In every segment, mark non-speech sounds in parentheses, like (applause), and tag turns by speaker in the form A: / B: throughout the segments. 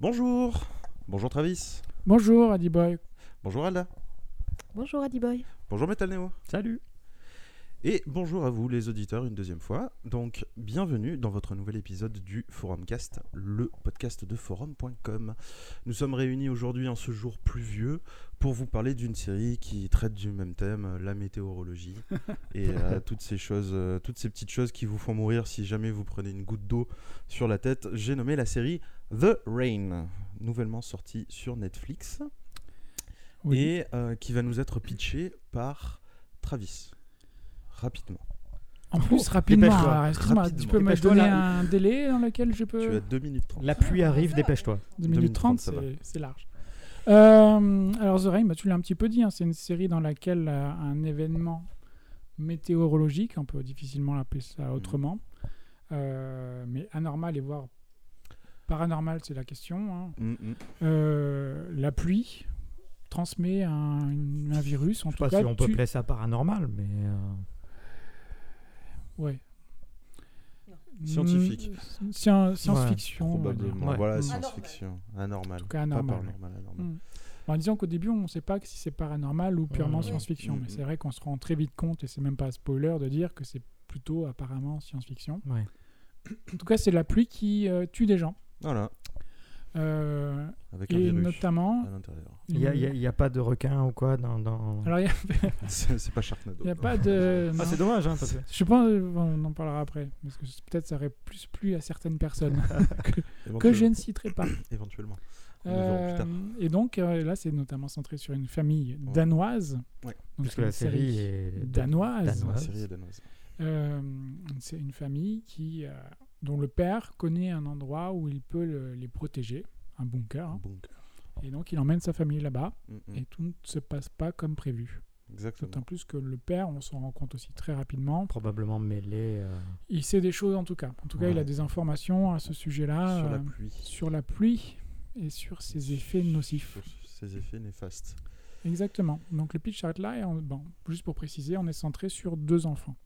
A: Bonjour Bonjour Travis
B: Bonjour, Addy Boy.
A: Bonjour Alda
C: Bonjour Adiboy.
A: Bonjour Metal Neo
D: Salut
A: Et bonjour à vous les auditeurs une deuxième fois. Donc bienvenue dans votre nouvel épisode du Forumcast, le podcast de forum.com. Nous sommes réunis aujourd'hui en ce jour pluvieux pour vous parler d'une série qui traite du même thème, la météorologie et euh, toutes ces choses, euh, toutes ces petites choses qui vous font mourir si jamais vous prenez une goutte d'eau sur la tête. J'ai nommé la série The Rain, nouvellement sortie sur Netflix
B: Oui.
A: et euh, qui va nous être pitché par Travis. Rapidement.
B: En plus, rapidement,
D: dépêche-toi,
B: alors, excuse-moi, tu
A: rapidement.
B: peux me
D: Dépêche-toi,
B: donner
D: là.
B: un délai dans lequel
A: Tu
B: je
A: as
B: peux.
A: 2 minutes 30.
D: La pluie arrive, dépêche-toi.
B: 2
A: minutes
B: minutes 30,
A: 30, ça va.
B: c'est- c'est large. Euh, alors, The Rain, bah, tu l'as un petit peu dit, hein, c'est une série dans laquelle euh, un événement météorologique, on peut difficilement l'appeler
D: Mmh.
B: ça autrement, euh, mais anormal et voire paranormal, c'est la question. hein.
A: Mm, mm.
B: Euh, la pluie transmet un, un virus, en
D: Je sais
B: tout
D: pas
B: cas.
D: si on peut
B: tue-
D: appeler ça paranormal, mais. euh,
B: Ouais.
A: Scientifique.
B: Mm, scien- Science-fiction. on va dire.
A: Probablement.
D: Ouais.
A: Voilà,
D: Mm.
A: science-fiction. Anormal.
B: En tout cas,
A: Pas
B: anormal.
A: paranormal, anormal.
B: Mm. Bon, disons qu'au début, on ne sait pas que si c'est paranormal ou purement
D: Ouais.
B: science-fiction.
A: Mm,
B: Mais
A: mm.
B: c'est vrai qu'on se rend très vite compte, et c'est même pas un spoiler de dire que c'est plutôt apparemment science-fiction.
D: ouais.
B: En tout cas, c'est la pluie qui euh, tue des gens.
A: Voilà.
B: Euh,
A: Avec un
B: et
A: virus
B: notamment.
A: à l'intérieur. (laughs)
D: Ah, Il n'y a, il y a- il y a pas de requin ou quoi dans. dans-
B: Alors, il
A: C'est c'est pas Sharknado.
B: n'y a, pas
A: (laughs)
B: de.
D: Ah,
B: non.
D: c'est dommage, hein, parce que.
B: Je pense on en parlera après, parce que peut-être ça aurait plus plu à certaines
D: (laughs)
B: personnes que
A: Éventuel-
B: je ne citerai pas.
A: Éventuellement. On le verra plus tard.
B: Euh, et donc euh, là, c'est notamment centré sur une famille danoise.
A: Ouais.
B: Donc,
D: Puisque
B: c'est une
D: la série est.
B: danoise.
A: C'est la
D: danoise.
A: série est danoise.
B: Euh, c'est une famille qui, euh, dont le père connaît un endroit où il peut le- les protéger, un bunker. hein.
A: Bunker.
B: Et donc il emmène sa famille là-bas
A: Mm, mm.
B: et tout ne se passe pas comme prévu. D'autant
A: Exactement.
B: plus que le père, on s'en rend compte aussi très rapidement.
D: Probablement mêlée. euh,
B: Il sait des choses en tout cas. En tout cas,
D: Ouais.
B: il a des informations à ce sujet-là
A: Sur la
B: euh,
A: pluie.
B: sur la pluie et sur ses effets nocifs.
A: Sur ses effets néfastes.
B: Exactement. Donc le pitch s'arrête là et on- bon, juste pour préciser, on est centré sur deux enfants,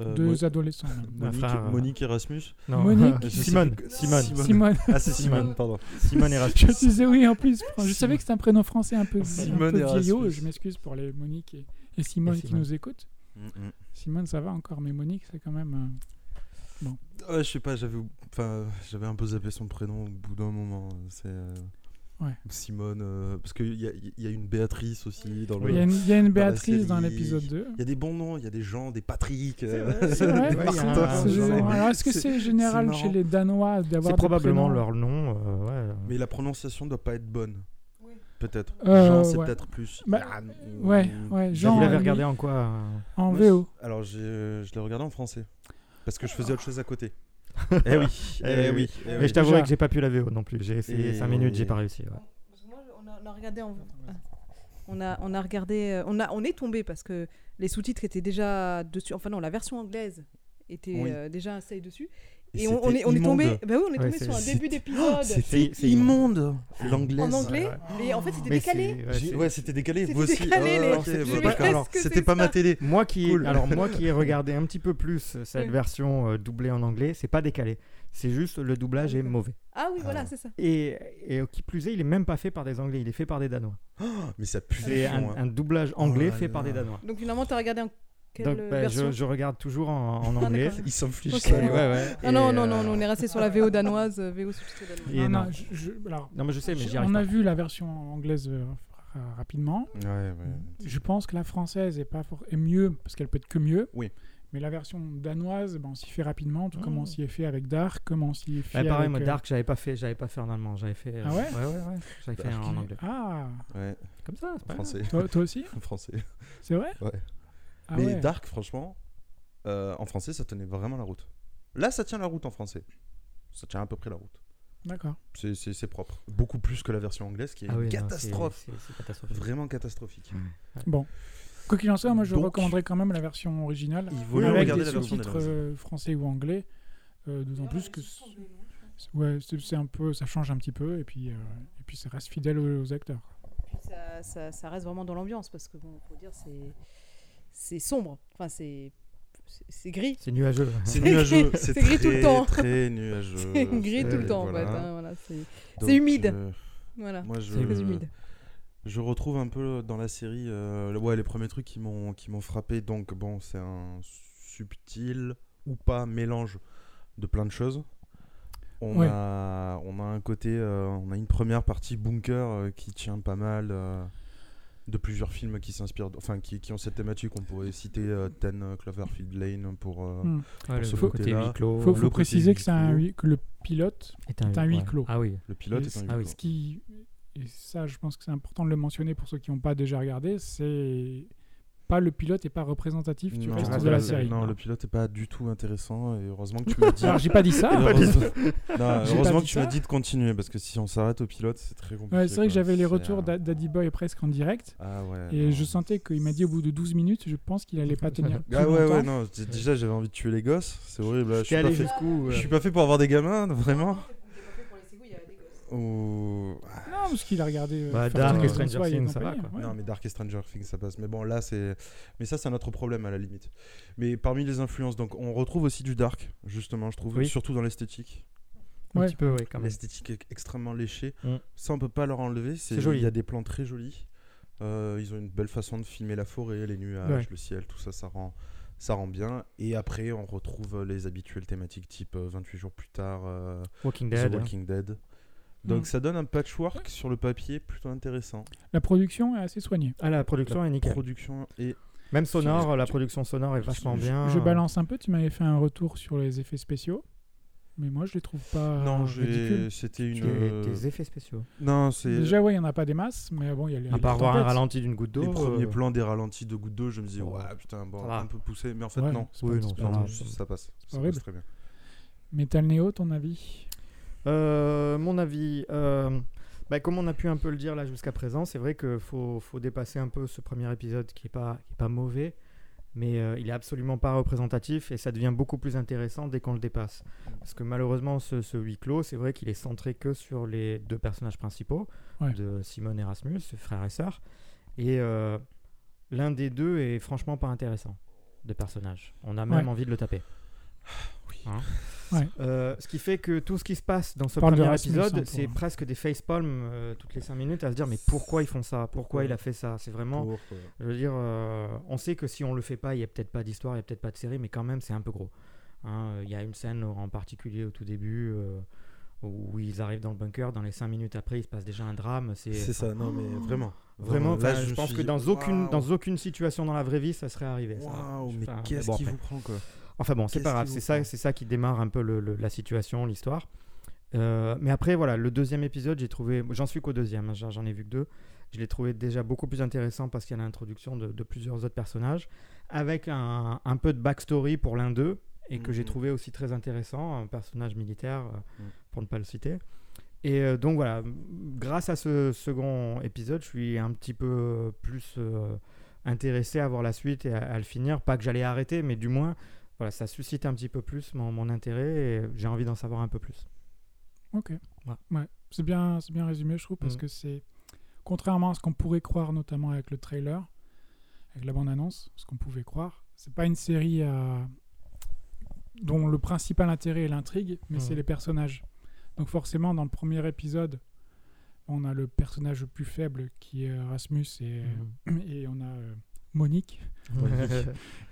A: Euh,
B: deux
A: Mo-
B: adolescents. même.
D: Mon-
A: Monique,
D: Enfin, euh,
A: Monique Erasmus. Ah,
D: Non, (laughs)
B: Monique.
D: euh, Simone.
A: (laughs)
D: Simone.
A: Simone.
B: Simone.
A: Ah, c'est
D: Simone.
A: Simone, pardon.
D: Simone et
B: Je disais oui en plus. Je
D: Simone.
B: savais que c'était un prénom français un peu, un peu
A: Simone et
B: vieillot.
A: Rasmus.
B: Je m'excuse pour les Monique et, et Simone,
D: Et
B: qui
D: Simone.
B: nous écoutent.
A: Mm, mm.
B: Simone, ça va encore, mais Monique, c'est quand même. euh,
A: Ouais, je sais pas, j'avais enfin, j'avais un peu zappé son prénom au bout d'un moment. C'est euh,
B: Ouais.
A: Simone, euh, parce qu'il y a, y a une Béatrice aussi dans le.
B: Il, y a une, il y a
A: Dans
B: une
A: la
B: Béatrice dans
A: série.
B: l'épisode 2.
A: Il y a des bons noms, il y a des gens, des Patrick, euh,
B: C'est vrai.
A: des
D: Ouais, il y a un-
A: Martin.
B: C'est
D: genre,
A: c'est-
B: général. Alors, est-ce que
A: c'est-
B: c'est général
A: marrant.
B: chez les Danois d'avoir.
D: C'est
B: des
D: probablement
B: prénoms
D: leur nom. euh, ouais.
A: (laughs) Mais la prononciation doit pas être bonne. Peut-être.
B: Euh,
A: Jean, c'est
B: ouais.
A: peut-être plus. Ah,
B: Bah,
A: Yann,
B: ouais,
A: ou-
B: ouais,
D: Vous
B: Jean,
D: l'avez
B: lui-
D: regardé en quoi euh,
B: En
A: Moi,
B: VO.
A: je- Alors, j'ai, euh, je l'ai regardé en français. Parce que je faisais autre chose à côté. eh oui, eh oui. eh
D: Mais
A: oui.
D: je t'avouerai
B: Déjà.
D: que j'ai pas pu la VO non plus. J'ai essayé
A: Et-
D: 5 minutes, j'ai pas réussi. ouais.
C: Parce que moi, on a, on a regardé en- Ah. On a, on a regardé, euh, on, a, on est tombé parce que les sous-titres étaient déjà dessus. Enfin non, la version anglaise était
A: Oui.
C: euh, déjà installée dessus.
A: Et
C: Et, on, on
A: c'était
C: est, on est tombé.
A: immonde.
C: Bah oui, on est
D: Ouais,
C: tombé
D: c'est-
C: sur un
A: c'est-
C: début d'épisode
A: C'était
D: C'est- c'est
A: immonde l'anglaise.
C: en anglais. Et en fait, c'était
D: Mais
C: décalé.
D: c'est- ouais,
A: J'ai-
D: c'est-
A: Ouais, c'était décalé.
C: C'était
A: Vous aussi.
C: décalé,
A: Ah,
C: les-
A: ok,
C: je
A: bah,
C: me
A: d'accord.
C: laisse
A: Alors,
C: que
A: C'était
C: c'est
A: pas ma
C: ça.
A: télé.
D: Moi qui,
A: Cool.
D: alors moi
A: (laughs)
D: qui ai regardé un petit peu plus cette
C: Oui.
D: version euh, doublée en anglais, c'est pas décalé. C'est juste le doublage est mauvais.
C: Ah oui, voilà,
A: Ah.
C: c'est ça.
D: Et, et qui plus est, il est même pas fait par des Anglais, il est fait par des Danois.
A: Mais ça pue.
D: C'est
A: le
D: un,
A: fion, hein.
D: un doublage anglais
A: Ah, Oh là
D: fait par
A: là.
D: des Danois.
C: Donc finalement, t'as regardé en quelle
D: Donc
C: euh,
D: bah, je,
C: version Ah,
D: je regarde toujours en, en anglais.
C: d'accord.
A: Ils s'en fichent.
C: Ok.
D: Et ouais, ouais.
C: Ah non,
D: Et,
C: non,
D: euh,
C: non, non, on est resté sur la VO danoise, euh, VO sous-titrée danoise.
D: et
B: Ah, Non,
D: non.
B: non, je- je- alors,
D: Non, mais je sais, mais
B: je-
D: j'y
B: on
D: arrive
B: a
D: pas.
B: vu la version anglaise euh, ra- rapidement.
A: Ouais, ouais.
B: Je pense que la française est, pas for- est mieux, parce qu'elle peut être que mieux.
A: Oui.
B: Mais la version danoise, ben, on s'y fait rapidement, tout comme
D: Mm.
B: on s'y est fait avec Dark, comme on s'y est fait
D: Ouais, pareil,
B: avec...
D: moi,
B: euh,
D: Dark, j'avais pas fait, j'avais pas fait en allemand, j'avais fait. euh,
B: Ah ouais
D: Ouais, ouais, ouais. J'avais fait
A: Dark.
D: en anglais.
B: Ah,
A: Ouais,
D: Comme ça, c'est pas grave.
A: français.
B: toi, toi aussi
A: Français.
B: C'est vrai
A: Ouais.
B: Ah
A: mais
B: ouais.
A: Dark, franchement, euh, en français, ça tenait vraiment la route. Là, ça tient la route en français. Ça tient à peu près la route.
B: D'accord.
A: C'est- C'est c'est propre. Beaucoup plus que la version anglaise qui est
D: Ah
A: une
D: oui, non, c'est-
A: catastrophe.
D: c'est- C'est catastrophique.
A: Vraiment
C: (laughs)
A: catastrophique.
B: Bon. Quoi qu'il en soit, moi, je
A: Donc-
B: recommanderais quand même la version originale,
A: Il vaut mieux
B: avec
A: regarder
B: des
A: la version
B: sous-titres
A: danoise.
B: euh, français ou anglais, euh, d'autant plus que... c'est- Ouais, c'est c'est un peu... Ça change un petit peu, et puis, euh, et puis ça reste fidèle aux, aux acteurs.
C: Puis ça, ça- ça reste vraiment dans l'ambiance parce que bon, faut dire c'est c'est sombre. Enfin c'est c'est- c'est gris.
D: C'est nuageux.
A: C'est
C: C'est
A: nuageux.
C: gris-
A: C'est
C: c'est gris tout le
A: très,
C: temps.
A: Très nuageux.
C: (laughs) C'est gris tout le
D: euh,
C: temps,
A: voilà.
C: en fait. hein, voilà, c'est
A: Donc,
C: C'est humide.
A: euh,
C: voilà.
A: moi, je,
D: C'est
C: très humide.
A: Je retrouve un peu dans la série euh, le- ouais, les premiers trucs qui m'ont qui m'ont frappé. Donc bon, c'est un subtil ou pas mélange de plein de choses. On,
B: Ouais.
A: a, on a un côté, euh, on a une première partie bunker euh, qui tient pas mal euh, de plusieurs films qui s'inspirent, d- enfin qui, qui ont cette thématique. On pourrait citer euh, Ten euh, Cloverfield Lane pour euh,
B: Hmm.
A: le
B: ce
A: côté huis
D: clos.
B: faut,
A: le
B: faut
A: côté
B: préciser
A: huis
B: que, c'est un
A: clos.
B: huis- que le pilote est un huis clos.
D: Ah oui.
A: le pilote.
B: Et
A: est un
B: c-
A: huis
D: ah oui,
A: clos.
B: Ce qui, et ça, je pense que c'est important de le mentionner pour ceux qui n'ont pas déjà regardé, c'est pas le pilote et pas représentatif du
A: Non,
B: reste de la série. Ah,
A: Non, le pilote est pas du tout intéressant et heureusement que tu
B: (laughs)
A: me dis.
B: Alors, j'ai pas dit
A: (laughs)
B: ça.
A: Et heureusement, Non,
B: (laughs) J'ai
A: heureusement
B: pas
A: que
B: dit
A: tu m'as
B: ça.
A: dit de continuer parce que si on s'arrête au pilote, c'est très compliqué.
B: Ouais, c'est vrai que
A: quoi.
B: j'avais les
A: C'est,
B: retours
A: euh,
B: d'A- d'Addy Boy presque en direct.
A: Ah ouais.
B: Et
A: non.
B: je sentais qu'il m'a dit au bout de 12 minutes, je pense qu'il allait
A: (laughs)
B: pas tenir. plus
A: Ah ouais, ouais,
B: longtemps.
A: non. d- Déjà, j'avais envie de tuer les gosses. C'est horrible. là, Je
D: T'es
A: suis, pas
D: allé
A: fait...
D: jusqu'où
A: je
D: euh,
A: suis pas fait pour avoir des gamins, (laughs) vraiment. Ou-
B: Non, parce qu'il a regardé. euh,
D: Bah,
B: First
D: Dark
B: Things
A: et
B: First
D: Stranger
B: Why et
D: Things, ça
B: compagnie,
D: va, quoi.
B: ouais.
A: Non, mais Dark et Stranger Things, ça passe. Mais bon, là, c'est. Mais ça, c'est un autre problème à la limite. Mais parmi les influences, donc, on retrouve aussi du dark, justement, je trouve,
D: Oui.
A: surtout dans l'esthétique.
D: Un
B: Ouais.
D: petit peu, oui, quand même.
A: L'esthétique est extrêmement léchée.
D: Mm.
A: Ça, on peut pas leur enlever. C'est
D: C'est joli.
A: Il y a des plans très jolis. Euh, ils ont une belle façon de filmer la forêt, les nuages,
D: Ouais.
A: le ciel, tout ça, ça rend, ça rend bien. Et après, on retrouve les habituelles thématiques type euh, 28 jours plus tard, euh,
D: Walking
A: The
D: Dead. hein.
A: Walking Dead. Donc
B: Mm.
A: ça donne un patchwork sur le papier plutôt intéressant.
B: La production est assez soignée.
D: Ah, la production est nickel.
A: Production et
D: Même sonore, la production sonore est vachement
A: je-
D: bien.
B: Je balance un peu, tu m'avais fait un retour sur les effets spéciaux, mais moi je les trouve
D: Ah,
B: pas
A: non, j'ai-
B: ridicules.
A: c'était
D: Tes-
A: une euh,
D: Tes effets spéciaux.
A: non, c'est
B: Déjà, ouais, il y en a pas des masses, mais bon, il y a les.
D: À
B: les
D: part voir un
B: tempêtes.
D: ralenti d'une goutte d'eau.
A: les premiers
D: euh,
A: plans des ralentis de goutte d'eau. Je me disais
D: Ouais.
A: ouais putain bon
D: Ça va.
A: un peu poussé, mais en fait
B: Ouais,
A: non,
B: c'est pas-
D: Oui,
B: c'est
D: non,
B: pas
D: ça
A: Non,
D: va.
B: grave.
A: ça passe, ça passe
B: horrible.
A: très bien.
B: Metal Neo, ton avis
D: Euh, mon avis, euh, bah, comme on a pu un peu le dire là jusqu'à présent, c'est vrai qu'il faut, faut dépasser un peu ce premier épisode qui n'est pas, qui est pas mauvais, mais euh, il n'est absolument pas représentatif et ça devient beaucoup plus intéressant dès qu'on le dépasse. Parce que malheureusement, ce, ce huis clos, c'est vrai qu'il est centré que sur les deux personnages principaux,
B: Ouais.
D: de Simone et Rasmus, frère et sœur, et euh, l'un des deux est franchement pas intéressant de personnage. On a même
B: Ouais. Ah,
D: envie de le taper. Hein
B: Ouais.
D: Euh, ce qui fait que tout ce qui se passe dans ce
B: Parle de
D: premier
B: Rasmus, hein,
D: épisode,
B: pour-
D: c'est presque des facepalms euh, toutes les 5 minutes à se dire mais pourquoi ils font ça Pourquoi il a fait ça C'est vraiment,
A: Pour, euh,
D: je veux dire, euh, on sait que si on le fait pas, il y a peut-être pas d'histoire, il y a peut-être pas de série, mais quand même c'est un peu gros. Hein, euh, Il y a une scène en particulier au tout début euh, où ils arrivent dans le bunker, dans les 5 minutes après il se passe déjà un drame.
A: C'est ça, non mais vraiment.
D: Vraiment,
A: là,
D: enfin, je,
A: me
D: pense
A: suis
D: que
A: dit,
D: dans aucune,
A: waouh,
D: dans aucune situation dans la vraie vie, ça serait arrivé. ça.
A: Waouh, mais
D: Enfin,
A: qu'est-ce
D: bon,
A: qui
D: après-
A: vous prend quoi
D: Enfin bon, c'est
A: Qu'est-ce
D: pas grave,
A: qui vous
D: c'est
A: prend
D: ça, c'est ça qui démarre un peu le- le- la situation, l'histoire. Euh, mais après, voilà, le deuxième épisode, j'ai trouvé, j'en suis qu'au deuxième, hein, j'en j'en ai vu que deux. Je l'ai trouvé déjà beaucoup plus intéressant parce qu'il y a l'introduction de, de plusieurs autres personnages, avec un, un peu de backstory pour l'un d'eux, et que j'ai
A: Mhm.
D: trouvé aussi très intéressant, un personnage militaire, euh,
A: Mhm.
D: pour ne pas le citer. Et euh, donc voilà, m- grâce à ce second épisode, je suis un petit peu euh, plus euh, intéressé à voir la suite et à, à le finir. Pas que j'allais arrêter, mais du moins, voilà, ça suscite un petit peu plus mon, mon intérêt et j'ai envie d'en savoir un peu plus.
B: Ok.
D: Ouais.
B: C'est bien, c'est bien résumé, je trouve, parce
D: Mhm.
B: que c'est contrairement à ce qu'on pourrait croire, notamment avec le trailer, avec la bande-annonce, ce qu'on pouvait croire. C'est pas une série à- dont le principal intérêt est l'intrigue, mais c'est
D: Mhm.
B: les personnages. Donc forcément, dans le premier épisode, on a le personnage le plus faible qui est Rasmus et,
D: Mm.
B: et on a euh, Monique
D: Mhm.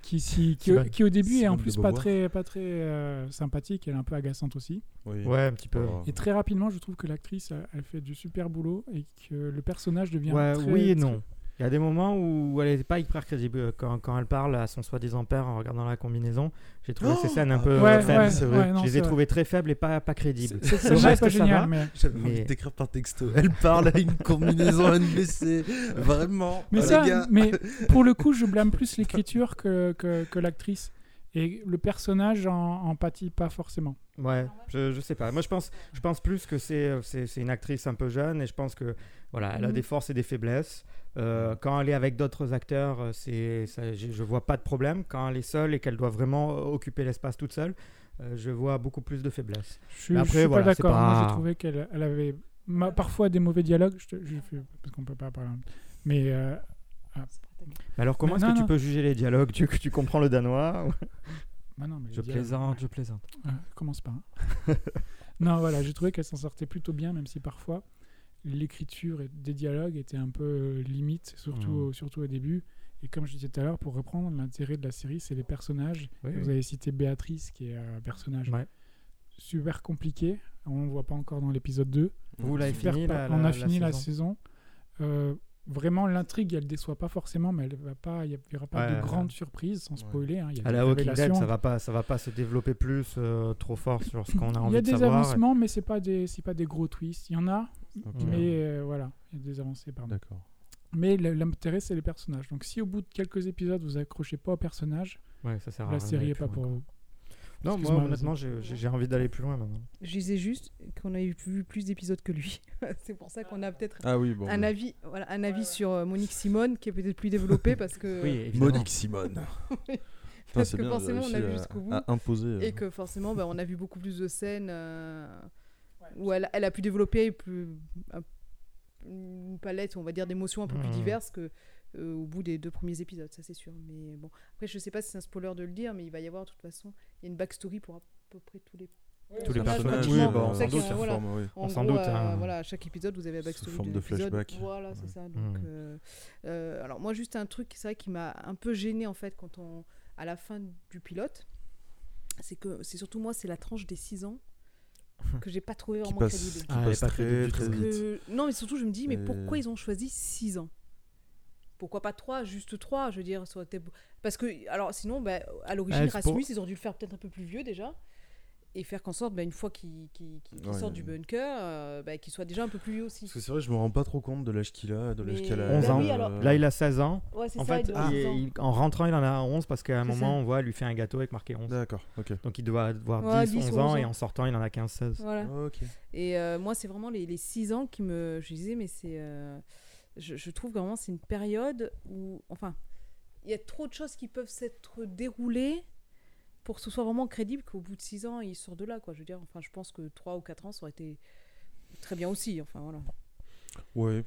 B: qui, qui, qui, au-
D: Simone.
B: qui au début est en
A: Simone de
B: plus pas
A: Beauvoir.
B: très, pas très euh, sympathique, elle est un peu agaçante aussi.
A: Oui.
D: (laughs) ouais, un petit peu.
A: Oh.
B: Et très rapidement, je trouve que l'actrice, euh, elle, elle fait du super boulot et que le personnage devient.
D: Ouais,
B: très-
D: oui et non. Il y a des moments où elle n'est pas hyper crédible. Euh, Quand, quand elle parle à son soi-disant père en regardant la combinaison, j'ai trouvé
A: Oh
D: ces scènes un
A: Ah,
D: peu
B: Ouais,
D: euh,
B: ouais,
D: faibles.
A: c'est vrai.
B: ouais, non,
D: je les
B: c'est
D: ai trouvées très faibles et pas, pas crédibles.
B: vrai.
D: Le
B: Celle-là est
D: reste,
B: pas
D: ça va.
B: géniale, mais,
A: J'avais
D: Mais-
A: envie de t'écrire par texto. Elle parle à une combinaison NBC. Vraiment.
B: mais
A: Oh, les
B: ça,
A: gars. (laughs)
B: mais pour le coup, je blâme plus l'écriture que, que, que l'actrice. Et le personnage en, en pâtit pas forcément.
D: Ouais, je, je sais pas. Moi, je pense, je pense plus que c'est, euh, c'est, c'est une actrice un peu jeune et je pense que voilà, elle a
B: Mhm.
D: des forces et des faiblesses. Euh, quand elle est avec d'autres acteurs, euh, c'est, ça, j'ai- je vois pas de problème. Quand elle est seule et qu'elle doit vraiment euh, occuper l'espace toute seule, euh, je vois beaucoup plus de faiblesses.
B: Je, suis-
D: Mais
B: je
D: après,
B: suis pas
D: voilà, c'est
B: d'accord. Moi,
D: pas-
B: j'ai trouvé qu'elle elle avait ma- parfois des mauvais dialogues. Je, te- je fais- parce qu'on peut pas parler. en- Mais euh, ah,
D: Mais alors, comment
B: Mais
D: est-ce que
B: non,
D: tu
B: non.
D: peux juger les dialogues tu, tu comprends le danois ou-
B: Bah non, mais
D: Je
B: les dialogues-
D: plaisante, je plaisante.
B: Euh, commence pas. hein. (laughs) non, voilà, j'ai trouvé qu'elle s'en sortait plutôt bien, même si parfois l'écriture et- des dialogues était un peu euh, limite, surtout,
D: Mhm.
B: au, surtout au début. Et comme je disais tout à l'heure, pour reprendre, l'intérêt de la série, c'est les personnages.
D: Oui,
B: Vous
D: oui.
B: avez cité Béatrice, qui est un personnage
D: Ouais.
B: super compliqué. On ne voit pas encore dans l'épisode 2.
D: Vous l'avez
B: Super
D: fini
B: pa-
D: la,
B: on
D: la-
B: a fini la,
D: saison
B: saison. Euh, vraiment, l'intrigue, elle déçoit pas forcément, mais elle va pas. Il n'y aura pas
D: Ouais,
B: de
D: ouais,
B: grandes
D: ouais.
B: surprises, sans
A: Ouais.
B: spoiler. hein. Il y a
D: À
B: des
D: la Walking Dead,
B: révélations.
D: ça va pas, ça va pas se développer plus euh, trop fort sur ce qu'on a
B: Il y
D: envie
B: a
D: de
B: des
D: savoir.
B: avancements, mais c'est pas des, c'est pas des gros twists. Il y en a,
A: Ok.
D: Ouais.
B: mais euh, voilà, il y a des avancées, pardon.
A: D'accord.
B: Mais le- l'intérêt, c'est les personnages. Donc, si au bout de quelques épisodes, vous accrochez pas aux personnages,
D: Ah, Ouais, ça sert à
B: la
D: rien
B: série
D: d'aller
B: est
D: plus
B: pas
D: loin,
B: pour
D: quoi.
B: vous.
D: Non, moi
B: Excuse-moi,
D: honnêtement, j'ai- j'ai j'ai envie d'aller plus loin maintenant.
C: Je disais juste qu'on a eu vu plus d'épisodes que lui. (laughs) c'est pour ça qu'on a peut-être
A: Ah oui, bon.
C: un avis, voilà, un avis sur euh, Monique Simone qui est peut-être plus développé parce
B: Euh,
C: que (laughs)
A: Monique Simone. Putain,
C: Parce
A: c'est
C: que
A: bien, j'ai
C: forcément, on a
A: réussi
C: vu
A: à-
C: jusqu'au bout.
A: À imposer. euh,
C: et que forcément, bah, on a vu beaucoup plus de scènes euh, où elle, elle a pu développer plus, un- une palette, on va dire, d'émotions un peu plus
D: Mhm.
C: diverses que euh, au bout des deux premiers épisodes, ça c'est sûr. Mais bon, après, je sais pas si c'est un spoiler de le dire, mais il va y avoir de toute façon, il y a une backstory pour à peu près tous les.
D: Tous les
C: on a
A: personnage,
D: personnages,
C: pratiquement-
A: oui,
D: bah,
A: bah,
D: on
A: on
C: sait
A: s'en
C: qu'il y
A: doute,
C: a-
A: c'est une
C: voilà.
A: forme, oui.
C: En
D: On s'en
C: gros,
D: doute,
C: euh,
D: hein.
C: voilà, à chaque épisode, vous avez la
A: Sous
C: backstory
A: forme
C: de
A: de
C: l'épisode.
A: flashback.
C: Voilà, c'est
A: Ouais.
C: ça. Donc,
D: Mm.
C: euh, euh, alors moi, juste un truc, c'est vrai qui m'a un peu gêné en fait quand on, à la fin du pilote, c'est que c'est surtout moi, c'est la tranche des 6
A: (laughs)
C: ans que j'ai pas trouvé
A: Qui
C: vraiment
A: passe, qui
C: crédible.
D: Ah, elle est
A: passe
D: pas
A: très,
D: crédible du
A: très
D: tout.
C: Parce
A: vite.
C: que- non, mais surtout, je me dis, mais
A: Euh.
C: pourquoi ils ont choisi 6 ans Pourquoi pas 3, juste 3 Je veux dire, ça aurait été beau- Parce que, alors sinon, bah, à l'origine,
D: Ouais, c'est
C: Rasmus,
D: pour-
C: ils auraient dû le faire peut-être un peu plus vieux déjà. Et faire qu'en sorte, bah, une fois qu'il qu'il- qu'il- qu'il
A: Ouais.
C: sort du bunker, euh, bah, qu'il soit déjà un peu plus vieux aussi.
A: Parce que c'est vrai, je me rends pas trop compte de l'âge qu'il a, de l'âge
C: Mais-
A: qu'elle a.
D: 11 ans.
C: Bah oui, alors-
A: Euh,
D: Là, il a 16 ans.
C: Ouais, c'est
D: En
C: ça,
D: fait,
C: il doit avoir
D: il-
C: 11 ans.
D: il- en rentrant, il en a 11 parce qu'à un
C: C'est
D: moment,
C: ça.
D: on voit, elle lui fait un gâteau avec marqué 11.
A: D'accord, ok.
D: Donc il doit avoir
C: Ouais,
D: 10,
C: 10,
D: 11 ans
C: 11
D: et
C: ans.
D: en sortant, il en a 15, 16.
C: Voilà.
A: Ok.
C: Et euh, moi, c'est vraiment les, les 6 ans qui me. Je disais, mais c'est. euh, Je, je trouve que vraiment c'est une période où. Enfin, il y a trop de choses qui peuvent s'être déroulées pour que ce soit vraiment crédible qu'au bout de 6 ans, il sort de là, quoi. Je veux dire, enfin, je pense que 3 ou 4 ans, ça aurait été très bien aussi. Enfin, voilà.
A: Ouais.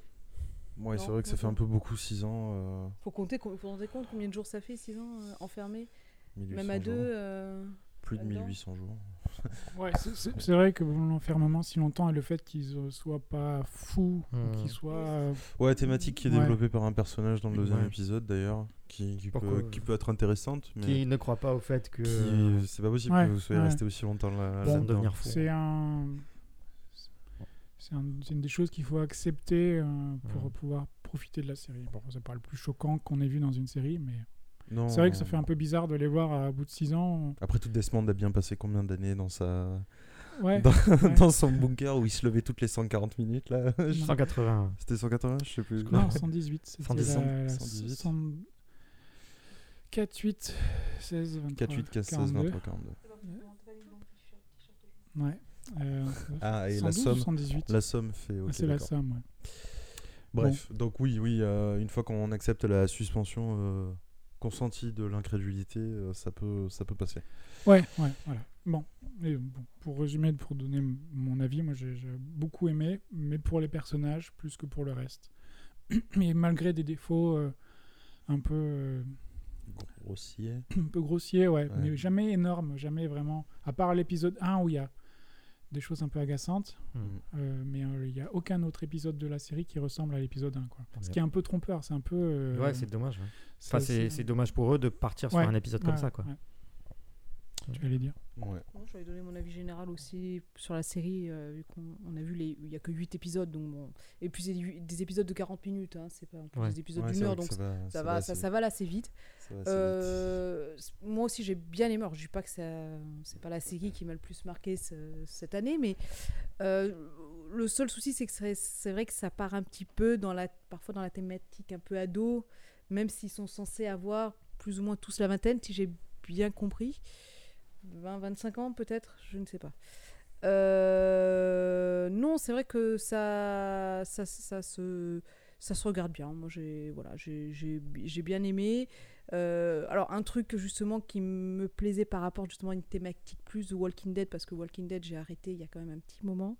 A: Ouais, c'est
C: Non,
A: vrai que ça fait un
C: non.
A: peu beaucoup 6 ans. euh,
C: Faut compter, co- vous vous rendez compte combien de jours ça fait, 6 ans euh, enfermés Même
A: 1800
C: à
A: jours.
C: deux. euh,
A: Plus de
C: là-dedans.
A: 1800 jours.
B: Ouais, c'est- c'est c'est vrai que l'enfermement si longtemps et le fait qu'ils euh, soient pas fous, ou
D: Hmm.
B: qu'ils soient. euh,
A: Ouais, thématique qui est
B: Ouais.
A: développée par un personnage dans le deuxième
D: Ouais.
A: épisode d'ailleurs, qui, qui, peut,
D: Pourquoi-
A: qui peut être intéressante, mais
D: Qui ne croit pas au fait que.
A: qui- c'est pas possible
B: euh, Ouais,
A: que vous soyez
B: ouais.
A: resté aussi longtemps là.
D: Bon,
A: là-dedans.
D: devenir fou.
B: C'est un. C'est un- c'est une des choses qu'il faut accepter euh, pour
D: Ouais.
B: pouvoir profiter de la série. Bon, c'est pas le plus choquant qu'on ait vu dans une série, mais
A: Non.
B: c'est vrai que ça fait un peu bizarre de les voir à bout de 6 ans.
A: Après, tout Desmond a bien passé combien d'années dans sa
B: Ouais,
A: dans,
B: ouais.
A: (laughs) dans son bunker où il se levait toutes les 140 minutes là. Je-
D: 180.
A: (laughs) C'était 180, je sais plus. (laughs)
B: Non, 118. c'était
A: 118,
B: la- la
A: 118.
B: 60 4, 8, 16, 23,
A: 4, 8, 15, 16,
B: 42.
A: 23, 42.
B: Ouais. Euh,
A: Ah, et la
B: 112 ou
A: somme
B: 118.
A: La somme fait. ok
B: Ah, c'est la
A: d'accord.
B: somme, ouais.
A: Bref, donc oui, oui, euh, une fois qu'on accepte la suspension euh, consentie de l'incrédulité, euh, ça peut, ça peut passer.
B: Ouais, ouais, voilà. Bon, et bon, pour résumer, pour donner m- mon avis, moi j'ai j'ai beaucoup aimé, mais pour les personnages plus que pour le reste. (clears throat) Mais malgré des défauts euh, un peu euh,
A: (coughs) Grossier.
B: un peu grossiers, ouais,
A: Ouais.
B: mais jamais énormes, jamais vraiment. À part l'épisode 1 où il y a des choses un peu agaçantes,
D: Mhm.
B: euh, mais euh, il n'y a aucun autre épisode de la série qui ressemble à l'épisode 1, quoi. Ce
D: bien.
B: qui est un peu trompeur, c'est un peu. euh,
D: Ouais, c'est dommage. ouais.
B: ça-
D: Enfin, c'est c'est dommage pour eux de partir sur
B: Ouais,
D: un épisode
B: ouais,
D: comme ça, quoi.
B: ouais. Tu allais dire.
A: Ouais.
C: Bon, je vais donner mon avis général aussi sur la série, euh, vu qu'on on a vu les, il y a que 8 épisodes, donc bon. Et puis c'est des, des épisodes de 40 minutes, hein, c'est pas en plus
D: Ouais.
C: des épisodes
A: Ouais,
C: d'une
A: c'est
C: heure,
A: vrai que
C: donc ça,
A: va,
C: ça va, ça,
A: assez-
C: ça va là, c'est vite.
A: ça va assez vite.
C: Euh, c- moi aussi, j'ai bien aimé. Alors, je dis pas que ça, c'est pas la série qui m'a le plus marqué ce- cette année, mais euh, le seul souci, c'est que c'est- c'est vrai que ça part un petit peu dans la, parfois dans la thématique un peu ado, même s'ils sont censés avoir plus ou moins tous la vingtaine, si j'ai bien compris. 20, 25 ans peut-être, je ne sais pas. Euh, non, c'est vrai que ça, ça, ça se, ça se regarde bien. Moi, j'ai, voilà, j'ai, j'ai- j'ai bien aimé. Euh, alors un truc justement qui me plaisait par rapport justement à une thématique plus de Walking Dead parce que Walking Dead j'ai arrêté il y a quand même un petit moment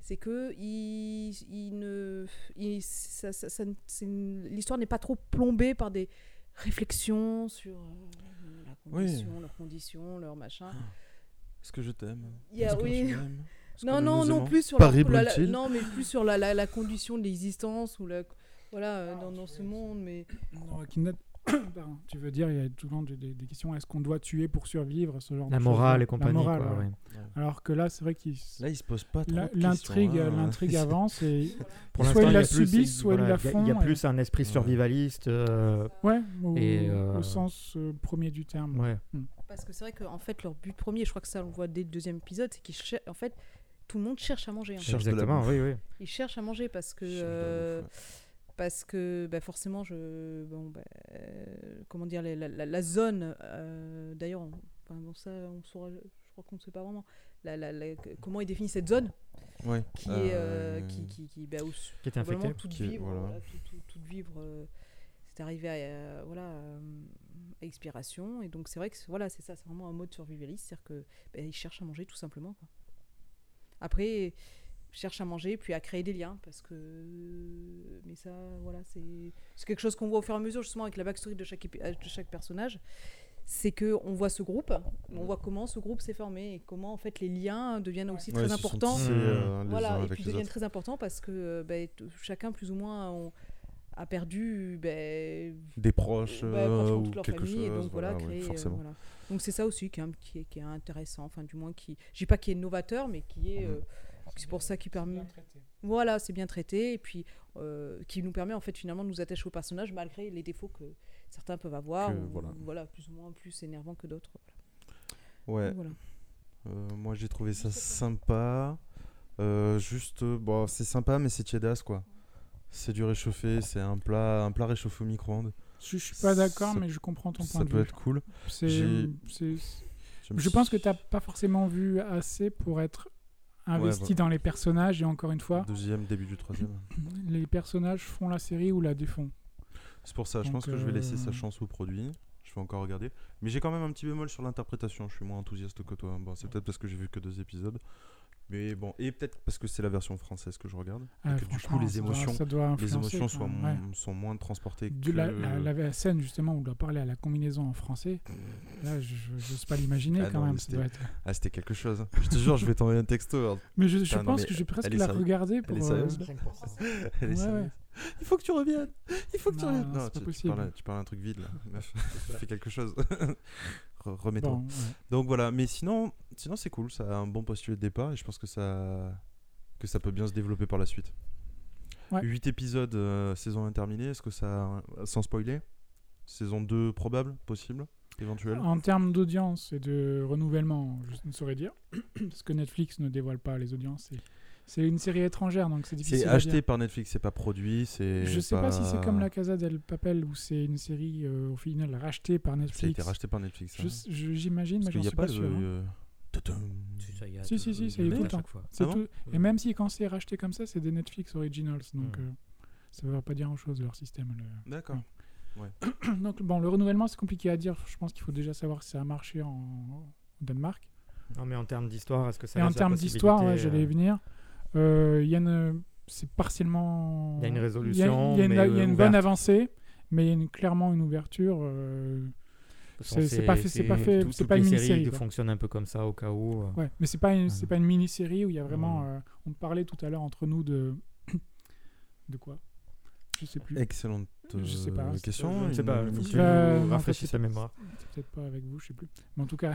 C: c'est que il, il ne, il- ça- ça- ça ne- c'est une- l'histoire n'est pas trop plombée par des réflexions sur euh, la
A: Oui.
C: condition, leurs conditions, leur machin.
A: Est-ce que je t'aime
C: Il y a-
A: Est-ce que
C: oui.
A: tu m'aimes Est-ce que
C: Non,
A: nous
C: non,
A: nous
C: non
A: aimons
C: plus sur
A: Paris
C: la, la- la-
A: Brooklyn.
C: non, mais plus sur la, la, la condition de l'existence ou la, voilà, euh, dans, dans ce monde, mais
B: Non, Kidnap- (coughs) Pardon. tu veux dire, il y a tout le temps des, des- des questions est-ce qu'on doit tuer pour survivre ce genre de
D: La
B: choses,
D: morale
B: hein.
D: et compagnie.
B: La morale,
D: quoi,
B: voilà.
D: ouais.
B: Alors que là, c'est vrai qu'il s-
A: Là, il se pose pas trop.
B: la-
A: de
B: l'intrigue
A: questions, hein.
D: (laughs)
A: (laughs)
B: l'intrigue avance et
D: Pour
B: Soit
D: l'instant,
B: ils la
D: y a plus-
B: subissent, soit ils
D: voilà,
B: la
D: y a- Il y a
B: font, et-
D: plus un esprit
A: Ouais.
D: survivaliste. euh,
B: ouais, au,
D: Et, euh,
B: au sens euh, premier du terme.
D: ouais.
C: parce que c'est vrai que en fait leur but premier, je crois que ça on le voit dès le deuxième épisode, c'est qu'ils cher- en fait tout le monde cherche à manger. en fait.
A: Cherche de la
D: Exactement,
A: bouffe.
D: oui, oui.
C: Ils cherchent à manger parce que
A: Cherche de la
C: euh,
A: bouffe,
C: parce que bah, forcément je bon bah, euh, comment dire les- la, la- la zone euh, d'ailleurs on, enfin, bon, ça on saura je crois qu'on ne sait pas vraiment la- la- la- comment est définie cette zone
A: ouais. Ouais.
C: qui
A: Euh,
C: est euh, qui, qui, qui bah, où
D: Qui était
C: probablement
D: infecté.
C: toute
A: Qui est-
C: vivre
A: voilà.
C: voilà, tout, tout- toute vivre euh, c'est arrivé à euh, voilà euh, à expiration et donc c'est vrai que c'est- voilà c'est ça c'est vraiment un mode survivaliste c'est-à-dire que bah, ils cherchent à manger tout simplement quoi. après ils cherchent à manger puis à créer des liens parce que mais ça voilà c'est c'est quelque chose qu'on voit au fur et à mesure justement avec la backstory de chaque épi- euh, de chaque personnage c'est que on voit ce groupe on voit comment ce groupe s'est formé et comment en fait les liens deviennent aussi
A: ouais, se
C: très
A: sont
C: importants
A: tissés, euh, les uns
C: voilà, et
A: avec
C: puis
A: les
C: deviennent
A: autres.
C: très importants parce que euh, ben, t- chacun plus ou moins ont- a perdu ben,
A: Des proches
C: ben,
A: euh,
C: franchement,
A: ou
C: toute leur
A: quelque chose.
C: famille et donc voilà,
A: ouais,
C: créer, euh,
A: forcément.
C: voilà. Donc c'est ça aussi qui est, un- qui est- qui est intéressant, enfin du moins qui, je dis pas qui est novateur, mais qui
A: Mhm.
C: est, euh, c'est pour ça qui permet, voilà, c'est bien traité et puis euh, qui nous permet en fait finalement de nous attacher au personnage malgré les défauts que certains peuvent avoir,
A: Que,
C: ou,
A: voilà.
C: voilà. plus ou moins plus énervant que d'autres.
A: Ouais.
C: Donc, voilà.
A: Euh, moi, j'ai trouvé ça sympa. Euh, juste, euh, bon, c'est sympa, mais c'est chedas quoi. C'est du réchauffé, c'est un plat, un plat réchauffé au micro-ondes.
B: Je, je suis pas d'accord,
A: Ça-
B: mais je comprends ton point
A: Ça
B: de
A: peut
B: vue.
A: être cool.
B: C'est-
A: j'ai-
B: c'est-
A: J'aime-
B: Je pense que t'as pas forcément vu assez pour être investi
A: voilà.
B: dans les personnages et encore
A: (clears throat)
B: une fois,
A: Deuxième, début du troisième.
B: les personnages font la série ou la défont.
A: C'est pour ça, je pense
B: Donc,
A: que je vais laisser
B: euh,
A: sa chance au produit. Je vais encore regarder. Mais j'ai quand même un petit bémol sur l'interprétation. Je suis moins enthousiaste que toi. Bon, c'est peut-être parce que j'ai vu que deux épisodes. Mais bon, et peut-être parce que c'est la version française que je regarde.
B: Ah,
A: que du coup,
B: franchement,
A: les
B: ça doit-
A: émotions-
B: ça doit
A: Les
B: influencer,
A: émotions
B: quoi.
A: soient
B: Ouais.
A: mon- sont moins transportées
B: De
A: que... Euh,
B: la, la- la- la scène justement où on doit parler à la combinaison en français, là je je- j'ose pas l'imaginer
A: Ah
B: quand
A: non,
B: même.
A: mais
B: ça
A: c'était-
B: doit être-
A: Ah, c'était quelque chose. Je te jure, je vais t'envoyer un texto. (laughs)
B: Mais je, je
A: Putain, non,
B: pense
A: mais
B: que je vais presque
A: elle est
B: la
A: sérieuse.
B: regarder pour.
A: est sérieuse,
B: euh,
A: Elle est
B: Ouais,
A: sérieuse.
B: ouais.
A: Il faut que tu reviennes. Il faut que tu
B: Non,
A: reviennes.
B: c'est pas
A: tu, tu
B: possible.
A: parles, tu parles un truc vide
B: (laughs)
A: là. Meuf, (laughs) Fais quelque chose. (laughs) Re- Remets-toi.
B: bon, ouais.
A: Donc voilà, mais sinon, sinon c'est cool, ça a un bon postulé de départ et je pense que ça, que ça peut bien se développer par la suite.
B: Ouais.
A: 8 épisodes, euh, saison 1 terminée, est-ce que ça, sans spoiler, saison 2 probable, possible, éventuelle
B: En termes d'audience et de renouvellement, je ne saurais dire, (clears throat) parce que Netflix ne dévoile pas les audiences. et C'est une série étrangère, donc c'est difficile.
A: C'est
B: à
A: acheté
B: dire.
A: par Netflix, c'est pas produit, c'est.
B: Je sais pas, si c'est comme La Casa del Papel, où c'est une série euh, au final rachetée par Netflix.
A: Ça a été racheté par Netflix.
B: Je-
A: hein.
B: je- J'imagine, mais
A: Parce qu'il n'y
B: j'en suis
A: a
B: pas,
A: pas
B: sûr. hein.
A: de. euh, Tadam.
E: Si, ça y est,
B: Si, si, si,
E: euh,
B: ça
E: il
B: y est tout
E: le
B: le
E: fait à
B: temps.
E: chaque fois.
B: C'est
A: Ah bon
B: tout. Et même si quand c'est racheté comme ça, c'est des Netflix Originals, donc
E: Hmm.
B: euh, ça ne va pas dire grand-chose leur système. le- (clears throat)
A: D'accord.
B: Donc bon, le renouvellement c'est compliqué à dire. Je pense qu'il faut déjà savoir si ça a marché en au Danemark.
D: Non, mais en termes d'histoire, est-ce que ça
B: Et en
D: laisse la
B: termes d'histoire, ouais,
D: possibilité,
B: j'allais y
D: euh,
B: venir. Euh, il y a une- c'est partiellement.
D: Il y a une
B: il y a-
D: résolution,
B: Il y a, une-
D: mais,
B: il y a une
D: euh,
B: bonne
D: ouverte.
B: avancée, mais il y a une- clairement une ouverture. euh,
D: de toute
B: c'est-
D: façon,
B: c'est pas fait- c'est pas fait-
D: tout-
B: c'est
D: toutes
B: pas
D: les
B: une
D: séries
B: mini-série,
D: de-
B: quoi.
D: fonctionnent un peu comme ça au cas où. euh.
B: Ouais, mais c'est pas une,
D: Voilà.
B: c'est pas une mini-série où il y a vraiment.
D: Ouais.
B: euh, on parlait tout à l'heure entre nous de (coughs) de quoi Je sais plus.
A: Excellente
B: Je sais pas,
A: euh,
B: c'est-
A: question.
D: Je ne sais
A: une-
D: pas,
A: une-
D: faut que tu
B: Euh,
D: nous
B: non,
D: rafraîchisses
B: c'est-
D: la mémoire.
B: C'est Peut-être pas avec vous, je sais plus. Mais en tout cas,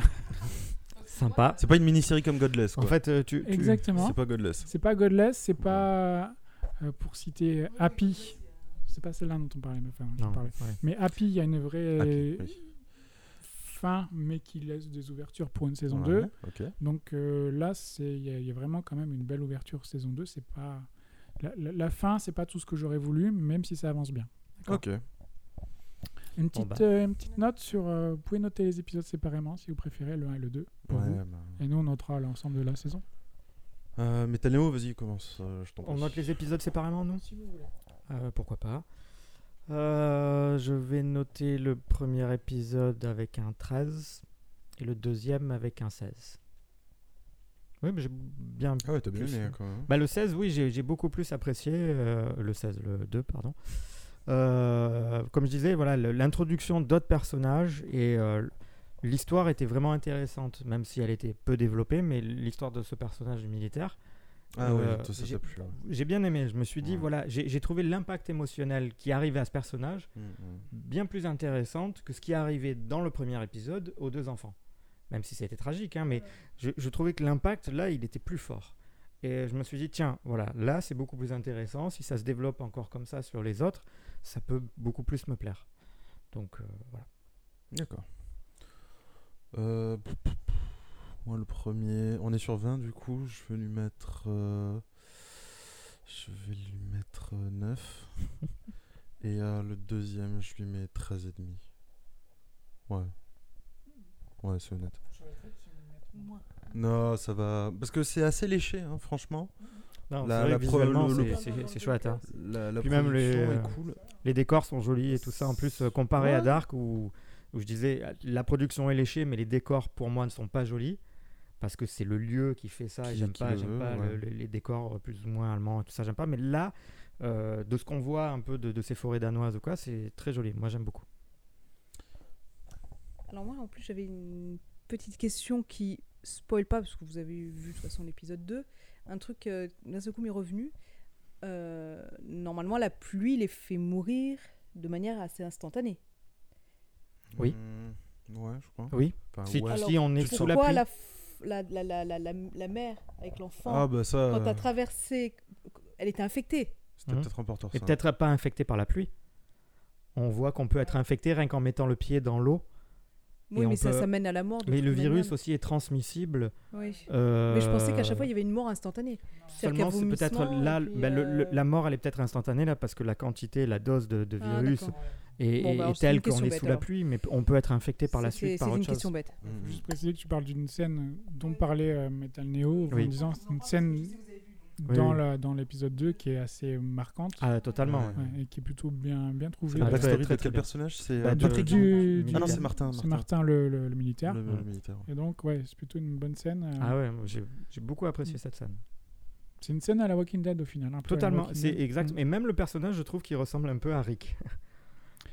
D: Sympa.
A: C'est pas une mini-série comme Godless, quoi.
D: En fait, euh, tu, tu-
B: exactement.
A: c'est pas Godless.
B: C'est pas Godless, c'est pas euh, pour citer Happy. C'est pas celle-là dont on parlait, mais enfin, j'en
D: Non,
B: parlais.
D: ouais.
B: Mais Happy, il y a une vraie
A: Happy, oui.
B: fin, mais qui laisse des ouvertures pour une saison
A: Ouais,
B: 2.
A: Ok.
B: Donc euh, là, c'est- il y, a- il y a vraiment quand même une belle ouverture saison 2. C'est pas la, la- la fin, c'est pas tout ce que j'aurais voulu, même si ça avance bien.
A: Ok.
B: Une petite,
D: bah.
B: euh, une petite note sur. euh, vous pouvez noter les épisodes séparément si vous préférez le 1 et le 2 pour vous.
A: Ouais, bah.
B: Et nous, on notera l'ensemble de la saison.
A: Euh, Métaléo, vas-y, commence. euh, je t'en
D: On
A: prie.
D: note les épisodes séparément, nous
B: Si vous voulez.
D: Euh, Pourquoi pas Euh, Je vais noter le premier épisode avec un 13 et le deuxième avec un 16. Oui, mais j'ai bien.
A: Ah ouais, t'as bien
D: Plus,
A: aimé
D: euh,
A: quoi. hein.
D: Bah, le 16, oui, j'ai j'ai beaucoup plus apprécié. euh, le 16, le 2, pardon. Euh, comme je disais, voilà, le- l'introduction d'autres personnages et euh, l'histoire était vraiment intéressante, même si elle était peu développée, mais l'histoire de ce personnage militaire.
A: Ah ouais,
D: euh,
A: toi, ça
D: j'ai-
A: t'a plu. ouais.
D: J'ai bien aimé. Je me suis dit,
A: Ouais.
D: voilà, j'ai j'ai trouvé l'impact émotionnel qui arrivait à ce personnage
A: Mm, mm.
D: bien plus intéressante que ce qui arrivait dans le premier épisode aux deux enfants. Même si c'était tragique, hein, mais je, je trouvais que l'impact, là, il était plus fort. Et je me suis dit, tiens, voilà, là, c'est beaucoup plus intéressant. Si ça se développe encore comme ça sur les autres, ça peut beaucoup plus me plaire. Donc, euh, voilà.
A: D'accord. Euh, pff, pff, pff. Moi, le premier. On est sur 20, du coup. Je vais lui mettre. euh, Je vais lui mettre euh,
D: (laughs)
A: 9. Et euh, le deuxième, je lui mets 13,5. Ouais. Ouais, c'est honnête. Non, ça va. Parce que c'est assez léché, hein, franchement.
D: Non,
A: La-
D: c'est vrai
A: la
D: que visuellement,
A: pro- le- le-
D: c'est- c'est c'est chouette. hein.
A: La, la
D: Puis même les-
A: production est cool.
D: Les décors sont jolis et tout ça. En plus, euh, comparé à
C: Ouais.
D: Dark, où, où je disais, la production est léchée, mais les décors, pour moi, ne sont pas jolis. Parce que c'est le lieu qui fait ça. et
A: Qui-
D: J'aime
A: qui
D: pas,
A: le
D: j'aime
A: veut,
D: pas
A: ouais.
D: le- le- les décors euh, plus ou moins allemands et tout ça. J'aime pas. Mais là, euh, de ce qu'on voit un peu de, de ces forêts danoises ou quoi, c'est très joli. Moi, j'aime beaucoup.
C: Alors moi, en plus, j'avais une petite question qui spoil pas, parce que vous avez vu de toute façon l'épisode 2. Un truc, euh, d'un seul coup, m'est revenu. Euh, normalement, la pluie les fait mourir de manière assez instantanée.
D: Oui.
A: Mm, ouais, je crois.
D: Oui.
A: Enfin,
D: Si,
A: Ah ouais.
C: Alors,
D: si on est sous la
C: Pourquoi
D: pluie.
C: la, f- la, la, la, la, la- la mère avec l'enfant,
A: Ah, bah ça.
C: quand
A: euh,
C: t'as traversé, elle était infectée
A: C'était
D: Mhm.
A: peut-être un porteur.
D: Et
A: ça.
D: peut-être pas infecté par la pluie. On voit qu'on peut être infecté rien qu'en mettant le pied dans l'eau.
C: Oui,
D: Et on
C: mais ça,
D: peut-
C: ça mène à la mort. de
D: Mais le
C: toute
D: virus
C: manière.
D: aussi est transmissible.
C: Oui.
D: euh,
C: Mais je pensais qu'à chaque fois, il y avait une mort instantanée. C'est-à-dire
D: Seulement,
C: qu'il y a
D: c'est peut-être
C: vomissement,
D: là,
C: et puis,
D: ben, le- le-
C: euh,
D: la mort, elle est peut-être instantanée là parce que la quantité, la dose de, de
C: Ah,
D: virus
C: d'accord.
D: est,
C: Bon,
D: est-
C: bah,
D: est
C: alors, c'est
D: telle
C: une
D: qu'on
C: question
D: est
C: bête,
D: sous la
C: alors.
D: pluie, mais p- on peut être infecté par la
C: Ça,
D: suite
C: c'est-
D: par
C: C'est
D: autre
C: une
D: chose.
C: question bête.
A: Mm,
B: Juste préciser que tu parles d'une scène dont parlait euh, Metal Neo en
D: Oui.
B: disant c'est une scène
D: Oui,
B: dans
D: oui.
B: la- dans l'épisode 2 qui est assez marquante
D: Ah, totalement.
A: Ouais.
D: ouais.
B: ouais, et qui est plutôt bien, bien
A: C'est
B: trouvée.
A: la
D: Ah,
A: backstory
D: très,
A: de
D: très, très
A: quel
D: bien.
A: personnage C'est
D: Bah,
A: euh,
D: de-
A: Patrick
D: du-
A: Dugan
D: du-
A: Ah non,
D: Dugan.
A: c'est Martin.
B: C'est Martin le, le- le militaire.
A: Le,
D: Ouais.
A: le militaire. ouais.
B: Et donc, ouais, c'est plutôt une bonne scène. euh,
D: Ah ouais, moi, j'ai j'ai beaucoup
C: Mm.
D: apprécié cette scène.
B: C'est une scène à la Walking Dead au final. un peu à la
D: Totalement,
B: Walking
D: c'est
B: Dead.
D: exact.
B: Mm.
D: Et même le personnage, je trouve qu'il ressemble un peu à Rick. (laughs)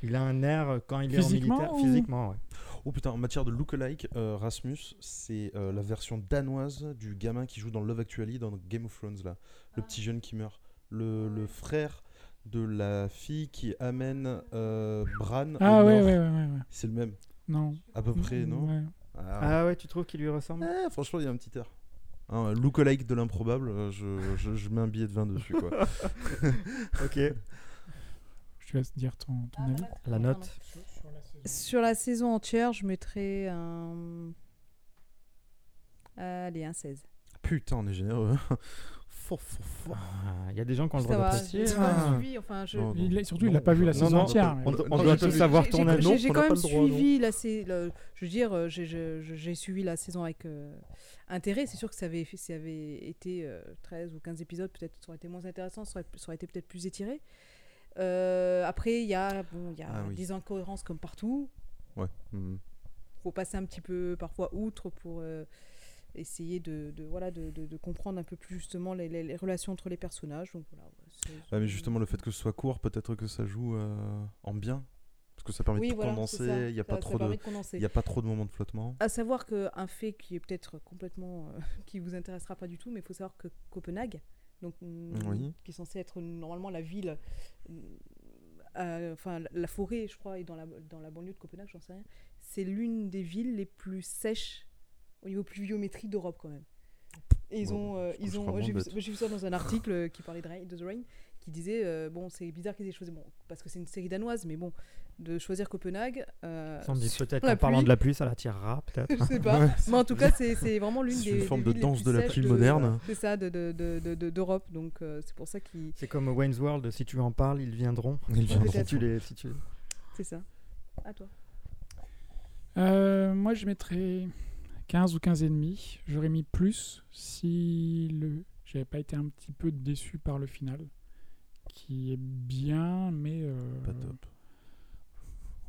D: Il a un air euh, quand il est en
B: Physiquement
D: militaire,
B: ou-
D: physiquement. ouais.
A: Oh putain, en matière de lookalike, euh, Rasmus, c'est euh, la version danoise du gamin qui joue dans Love Actually dans Game of Thrones là, le petit jeune qui meurt, le, le frère de la fille qui amène euh, Bran. au
B: Ah ouais,
A: nord.
B: ouais, ouais, ouais, ouais.
A: C'est le même,
B: Non.
A: à peu près, non
B: Ouais.
A: Ah,
D: Ah ouais, tu trouves qu'il lui ressemble
A: ouais, Eh, Franchement, il y a un petit air. Hein, lookalike de l'improbable, euh, je, je, je mets un billet de vin dessus quoi.
D: Ok.
B: Je te laisse dire ton, ton avis.
D: Mmh. La note.
C: Ah, bah, Sur la saison entière, je mettrais un. Allez, un 16.
A: Putain, on est généreux. hein. Fort, fort, fort.
D: Ah, Il y a des gens qui ont le
C: Ça
D: droit
C: va,
D: d'apprécier.
C: j'ai-
D: hein.
C: j'ai suivi, enfin, je-
A: Non, non.
B: Il a- surtout, il
A: Non,
B: n'a pas vu la
A: non,
B: saison
D: non,
B: entière.
D: on- on-
A: Non,
D: doit
A: j'ai-
D: tous
A: j'ai-
D: savoir
C: j'ai-
D: ton
C: j'ai-
D: avis.
C: j'ai- J'ai
A: On
C: quand
A: n'a pas
C: même
A: le droit, non.
C: suivi, là, c'est, le- je veux dire, euh, j'ai- je- je- j'ai suivi la saison avec euh, intérêt. C'est sûr que ça avait, fait- ça avait été euh, 13 ou 15 épisodes, peut-être ça aurait été moins intéressant, ça aurait, ça aurait été peut-être plus étiré. Euh, après, il y a, bon, il y a
A: Ah oui.
C: des incohérences comme partout.
A: Ouais. mhm.
C: faut passer un petit peu parfois outre pour euh, essayer de, de- voilà, de, de- de comprendre un peu plus justement les, les- les relations entre les personnages. Donc, voilà, ouais, c'est-
A: Ouais, Ah, mais justement, le fait que ce soit court, peut-être que ça joue euh, en bien. Parce que ça permet
C: Oui,
A: de tout
C: voilà, c'est ça.
A: condenser, il n'y a,
C: Ça-
A: pas
C: ça
A: trop
C: permet
A: de...
C: de condenser.
A: y a pas trop de moments de flottement.
C: À savoir qu'un fait qui est peut-être complètement. euh, (laughs) qui vous intéressera pas du tout, mais il faut savoir que Copenhague, donc, mm,
A: Oui.
C: qui est censée être normalement la ville. mm, euh, Enfin, la- la forêt, je crois, et dans la, dans la banlieue de Copenhague, j'en sais rien. C'est l'une des villes les plus sèches au niveau pluviométrie d'Europe, quand même. Et ils
A: Bon,
C: ont. euh,
A: je trouve
C: ils
A: ça
C: ont
A: vraiment
C: J'ai vu,
A: bête.
C: ça- j'ai vu ça dans un article euh, qui parlait de, Rain- de The Rain, qui disait euh, bon, c'est bizarre qu'ils aient choisi. Bon, parce que c'est une série danoise, mais bon, de choisir Copenhague. euh,
D: Sans dire peut-être
C: la
D: en parlant
C: pluie.
D: de la pluie, ça l'attirera peut-être.
C: (laughs) je sais pas. Mais en tout cas, c'est c'est vraiment l'une
A: C'est
C: des.
A: une
C: des
A: forme de
C: villes les
A: danse
C: plus
A: de la
C: sèches
A: pluie moderne.
C: C'est ça, d'Europe. De, de, de, de- d'Europe. Donc, euh, c'est pour ça qu'il.
D: C'est comme Wayne's World, si tu en parles, ils viendront.
A: Ils viendront.
D: Si tu les, si tu-
C: C'est ça. À toi.
B: Euh, moi, je mettrais 15 ou 15 et demi. J'aurais mis plus si le... j'avais pas été un petit peu déçu par le final, qui est bien, mais euh,
A: Pas top.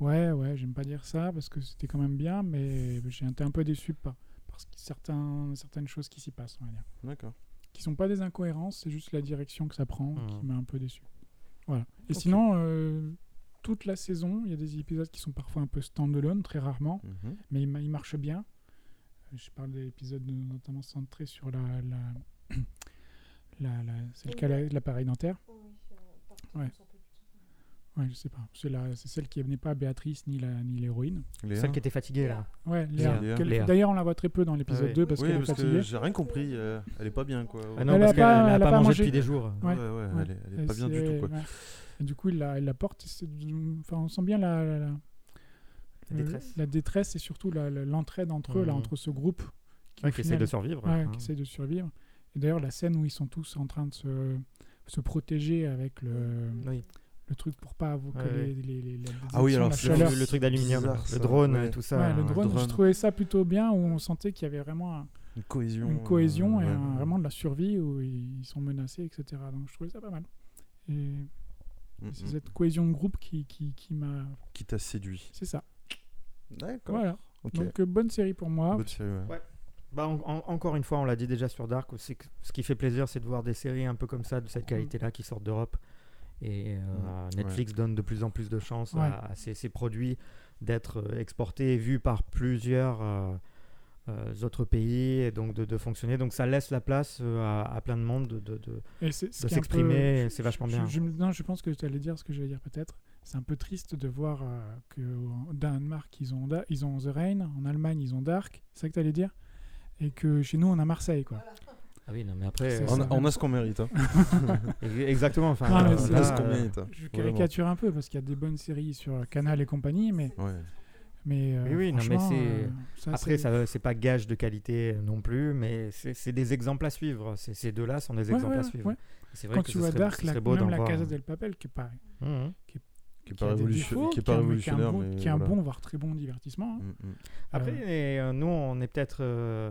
B: ouais, ouais, j'aime pas dire ça parce que c'était quand même bien, mais j'ai été un peu déçu par, parce que certains, certaines choses qui s'y passent, on va dire.
C: Mmh.
A: D'accord.
B: Qui sont pas des incohérences, c'est juste la direction que ça prend
D: Mhm.
B: qui m'a un peu déçu. Voilà. Et
A: Mmh. Ok.
B: sinon, euh, toute la saison, il y a des épisodes qui sont parfois un peu stand-alone, très rarement,
A: Mhm.
B: mais ils, ma- ils marchent bien. Euh, Je parle des épisodes de- notamment centrés sur la. la, (clears throat) la, la- c'est le cas de l'appareil dentaire. Ouais. Ouais, je sais pas. C'est la- c'est celle qui n'est pas Béatrice ni la- ni l'héroïne.
A: Léa
D: Celle qui était fatiguée là.
B: Ouais, Léa.
A: Léa.
B: Qu'elle-
D: Léa.
B: D'ailleurs, on la voit très peu dans l'épisode
D: Ah oui.
B: 2 parce
A: Oui,
B: qu'elle est
A: parce
B: fatiguée.
A: que j'ai rien compris. euh, elle est pas bien, quoi.
D: Ah
B: Elle
D: non,
B: a
D: parce qu'elle
B: pas-
D: elle
B: elle a
D: a pas
B: pas
D: mangé
B: mangé.
D: depuis des jours.
A: ouais,
B: Ouais,
A: ouais,
B: ouais.
A: Elle, est, elle est
B: Et
A: pas bien du
B: c'est-
A: tout, quoi.
B: ouais. Et du coup, il la, il la porte. et c'est- Enfin, on sent bien la, la, la-
D: La
B: le-
D: détresse.
B: la détresse et surtout la- la- l'entraide entre eux, là,
A: Mmh.
D: Mhm.
B: entre ce groupe qui,
D: Ouais,
B: au
D: qui essaie
B: final-
D: de survivre.
B: ouais,
D: hein.
B: qui essaie de survivre. Et d'ailleurs, la scène où ils sont tous en train de se, se protéger avec le,
D: Oui.
B: le truc pour pas avoir que
D: Ouais,
B: les, les, les- les-
A: Ah oui,
B: la
A: alors,
D: Le,
A: c'est
B: chaleur.
D: le- le truc d'aluminium,
A: Bizarre, ça,
D: le drone,
A: ouais.
D: tout ça.
B: Ouais, le
D: hein.
B: drone, je
A: drone.
B: trouvais ça plutôt bien où on sentait qu'il y avait vraiment un-
A: Une cohésion.
B: une cohésion
A: euh,
B: et
A: ouais.
B: un- vraiment de la survie où ils ils sont menacés, etc. Donc je trouvais ça pas mal. Et
A: Mm,
B: c'est
A: mm.
B: cette cohésion de groupe qui, qui, qui m'a.
A: Qui t'a séduit.
B: C'est ça.
A: D'accord.
B: Voilà.
A: Ok.
B: Donc euh, bonne série pour moi.
A: Bonne série, ouais.
D: Bah, en- en- encore une fois, on l'a dit déjà sur Dark, c'est que ce qui fait plaisir, c'est de voir des séries un peu comme ça, de
B: Mhm.
D: cette qualité-là, qui sortent d'Europe. Et euh,
A: Mm.
D: Netflix donne de plus en plus de chances
B: Ouais.
D: à, à ces, ces produits d'être euh, exportés et vus par plusieurs euh, euh, autres pays, et donc de, de fonctionner. Donc ça laisse la place euh, à, à plein de monde de, de- de-
B: Et c'est ce qui est un
D: de
B: peu-
D: s'exprimer, c'est vachement
B: je-
D: bien.
B: je me- non, je pense que tu allais dire ce que j'allais dire peut-être. C'est un peu triste de voir euh, que au Danemark ils ont Da- ils ont The Rain, en Allemagne ils ont Dark. C'est ça que tu allais dire. Et que chez nous on a Marseille quoi.
D: Ah oui, non, mais après.
B: C'est
A: On,
B: ça. (laughs)
A: a- on a ce qu'on mérite. Hein.
D: Exactement. Enfin,
B: Ah, mais
D: euh,
B: c'est-
A: on a
D: là,
A: ce qu'on
D: euh,
A: mérite. hein.
B: Je
A: Vraiment.
B: caricature un peu parce qu'il y a des bonnes séries sur Canal et compagnie, mais
A: Ouais.
B: mais euh,
D: Oui, oui, non, mais
B: franchement,
D: c'est-
B: euh, ça,
D: Après,
B: c'est-
D: ça, euh, c'est pas gage de qualité euh, non plus, mais c'est c'est des exemples à suivre. C'est- Ces deux-là sont des
B: Ouais,
D: exemples
B: ouais,
D: à suivre.
B: ouais.
D: C'est vrai
B: Quand
D: que
B: tu
D: ce
B: vois
D: serait-
B: Dark,
D: ce
B: la,
D: serait beau
B: même
D: d'en
B: la Ah
D: voir.
B: Casa del Papel qui est pareil.
D: Mhm.
A: Qui est
B: qui
A: pas
B: a des
A: révolutionnaire,
B: défauts,
A: qui est pas
B: un- qui a un
A: révolutionnaire,
B: bon-
A: mais
B: qui a un
A: voilà.
B: bon, voire très bon divertissement. hein.
A: Mm, mm.
D: Après,
B: Euh,
D: et, euh, nous, on est peut-être, euh,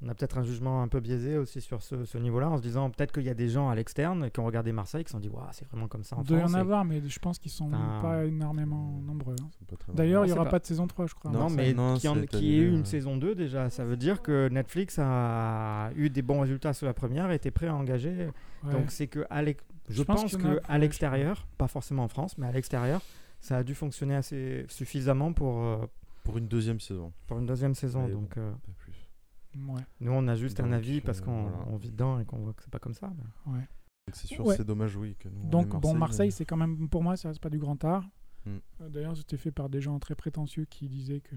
D: on a peut-être un jugement un peu biaisé aussi sur ce, ce niveau-là, en se disant peut-être qu'il y a des gens à l'externe qui ont regardé Marseille, qui se sont dit, waouh, c'est vraiment comme ça en
B: il doit y
D: France.
B: en
D: et-
B: avoir, mais je pense qu'ils sont
D: Enfin,
B: pas énormément nombreux. hein.
A: C'est pas très-
B: D'ailleurs,
D: non,
B: il n'y
D: c'est
B: aura
D: pas-
B: pas. de saison 3, je crois.
D: Non,
A: Non,
D: mais
A: c'est- non,
D: qui, en-
A: c'est
D: qui ait eu
A: annulé, ouais.
D: une saison 2 déjà, ça veut dire que Netflix a eu des bons résultats sur la première et était prêt à engager
B: Ouais.
D: Donc c'est que à l'ex- je,
B: Je pense
D: pense,
B: qu'il y en a
D: que
B: plus,
D: à l'extérieur, pas forcément en France, mais à l'extérieur, ça a dû fonctionner assez suffisamment pour euh,
A: Pour une deuxième saison.
D: pour une deuxième saison.
A: Mais bon.
D: donc euh,
A: Pas plus.
B: Ouais,
D: nous on a juste un
A: Donc,
D: avis
A: euh,
D: parce qu'on
A: voilà.
D: on vit dedans et qu'on voit que c'est pas comme ça. mais-
B: ouais.
A: Donc C'est sûr,
B: Ouais.
A: c'est dommage, oui. Que nous, on
B: Donc,
A: est
B: bon, Marseille,
A: Marseille,
B: c'est quand même, pour moi, ça reste pas du grand art.
A: Mm.
B: Euh, D'ailleurs, c'était fait par des gens très prétentieux qui disaient que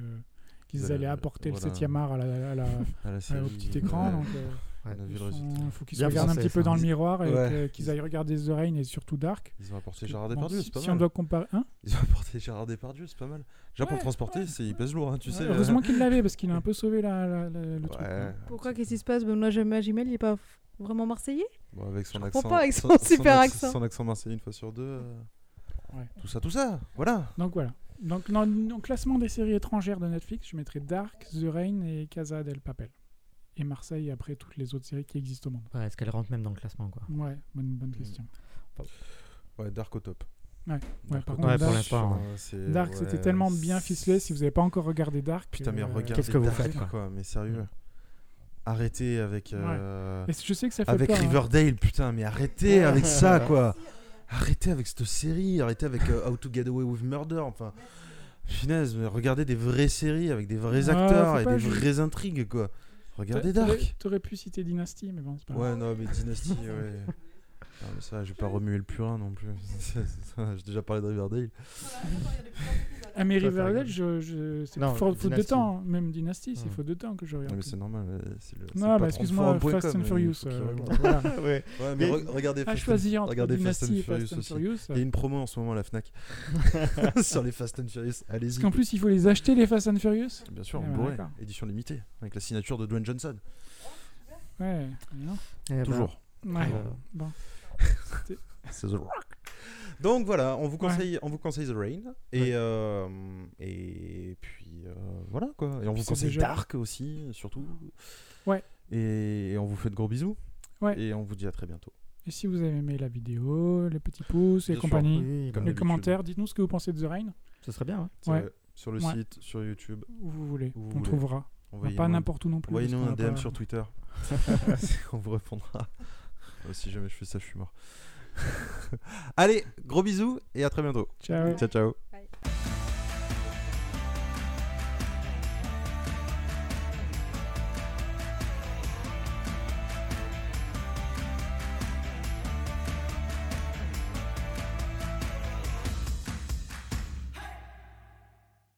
B: qu'ils
A: Ils
B: allaient
A: allaient-
B: apporter
A: voilà.
B: le 7 art à la, à la-
A: à la
B: au
A: série,
B: petit écran.
A: ouais.
B: Donc, euh,
D: Ouais,
A: on a vu
B: ils
A: le
B: sont-
A: résultat.
B: faut qu'ils se
D: Bien
B: regardent un
D: français,
B: petit peu
D: ça.
B: dans le miroir et
A: Ouais.
B: que- qu'ils aillent regarder The Rain et surtout Dark.
A: Ils ont apporté Gérard
B: Bon,
A: Depardieu,
B: si-
A: c'est pas
B: si on
A: mal.
B: doit comparer. Hein
A: Ils ont apporté Gérard Depardieu, c'est pas mal. Déjà pour
B: Ouais,
A: le transporter,
B: ouais.
A: c'est il pèse lourd, hein, tu
B: Ouais,
A: sais. euh.
B: heureusement qu'il l'avait parce qu'il a un peu sauvé la, la- la- le truc. hein.
A: Ouais.
B: quoi.
C: Pourquoi Qu'est-ce qui se passe Ben, Benoît Jamais Jimel, il n'est pas vraiment marseillais
A: Bon, avec son
C: comprends
A: accent,
C: pas avec son super
A: acc-
C: accent.
A: son accent marseillais une fois sur deux. euh,
B: Ouais.
A: Tout ça, tout ça, voilà.
B: Donc voilà. Donc dans le classement des séries étrangères de Netflix, je mettrais Dark, The Rain et Casa del Papel. Et Marseille après toutes les autres séries qui existent au monde.
D: Ouais, Est-ce qu'elle rentre même dans le classement quoi
B: Ouais, bonne,
A: Euh,
B: bonne question.
A: Ouais, Dark au top.
B: Ouais, ouais,
A: Dark
B: par
A: au
B: contre,
A: top,
D: Ouais, pour
A: c'est
D: l'instant,
A: sûr,
D: ouais.
A: hein, c'est-
B: Dark,
A: ouais,
B: c'était tellement bien ficelé. Si vous n'avez pas encore regardé Dark,
A: Putain, mais
B: euh,
A: regardez
D: Qu'est-ce que vous
A: Dark,
D: faites, quoi.
A: Mais sérieux. Arrêtez avec. euh,
B: Et je sais que ça fait
A: avec
B: peur. hein.
A: Riverdale, putain, mais arrêtez avec ça,
B: (laughs)
A: quoi. Arrêtez avec cette série, arrêtez avec euh, How to Get Away with Murder, enfin. Finesse, mais regardez des vraies séries avec des vrais
B: Ah,
A: acteurs
B: faut
A: et
B: pas
A: des
B: ju-
A: vraies intrigues, quoi. Regardez
B: T'a-
A: Dark.
B: t'aurais- T'aurais pu citer Dynasty, mais bon, c'est pas grave.
A: Ouais, non, mais Dynasty, ouais. Non, mais ça, je vais pas remuer le purin non plus. (laughs) C'est ça, J'ai déjà parlé de Riverdale.
B: Ah, mais
D: Toi, t'as
B: Riverdale,
D: regardé.
B: je, je- c'est
D: Non,
B: faute, faute de
D: Dynasty.
B: temps. hein. Même Dynasty, c'est
D: Hmm.
B: faute de temps que je
A: Non,
B: regarde.
A: mais c'est normal. euh, c'est le- c'est le
B: Non,
A: patron
B: bah
A: de
B: excuse-moi,
A: forum.com,
B: Fast and
A: il faut
B: Furious.
A: qu'il
B: euh,
A: raconte.
B: voilà.
D: ouais.
A: Ah Ouais, mais
D: Mais-
A: re- regardez (laughs)
B: À
A: Fast and-
B: choisir entre
A: regardez Fast
B: Dynasty
A: and
B: et Fast
A: Furious
B: and
A: aussi.
B: Furious.
A: Il y a une promo en ce moment à la
B: (laughs)
A: Fnac sur les Fast and Furious.
B: Parce
A: Allez-y.
B: qu'en plus, il faut les acheter, les Fast and Furious
A: Bien sûr,
B: Ah,
A: en
B: bah,
A: Blu-ray,
B: d'accord. Eh
A: édition limitée, avec la signature de Dwayne Johnson.
B: Ouais. non
D: Eh ben,
A: Toujours.
B: Ouais.
D: Euh,
B: Bon.
A: C'est The Rock. Donc voilà, on vous
B: Ouais.
A: conseille, on vous conseille The Rain et euh, et puis euh, voilà quoi. Et on vous
B: c'est
A: conseille
B: déjà-
A: Dark aussi, surtout.
B: Ouais.
A: Et, et on vous fait de gros bisous.
B: Ouais.
A: Et on vous dit à très bientôt.
B: Et si vous avez aimé la vidéo, les petits pouces et
A: Bien sûr,
B: compagnie,
D: oui,
A: Comme
D: bah,
B: les
A: d'habitude.
B: commentaires, dites-nous ce que vous pensez de The Rain,
D: ce serait bien. hein. ouais.
A: C'est
B: Ouais.
A: vrai. Sur le
B: Ouais.
A: site, sur YouTube.
B: où vous voulez.
A: Où vous
B: on
A: voulez.
B: trouvera. Bah,
A: Envoyez-nous
B: pas
A: un-
B: n'importe où non plus.
A: Envoyez-nous un
B: parce qu'on va
A: DM
B: pas-
A: sur Twitter.
B: (laughs)
A: (laughs) On vous répondra. Oh, si (laughs) jamais je fais ça, je suis mort. Allez, gros bisous et à très bientôt.
B: Ciao.
A: Ciao, ciao.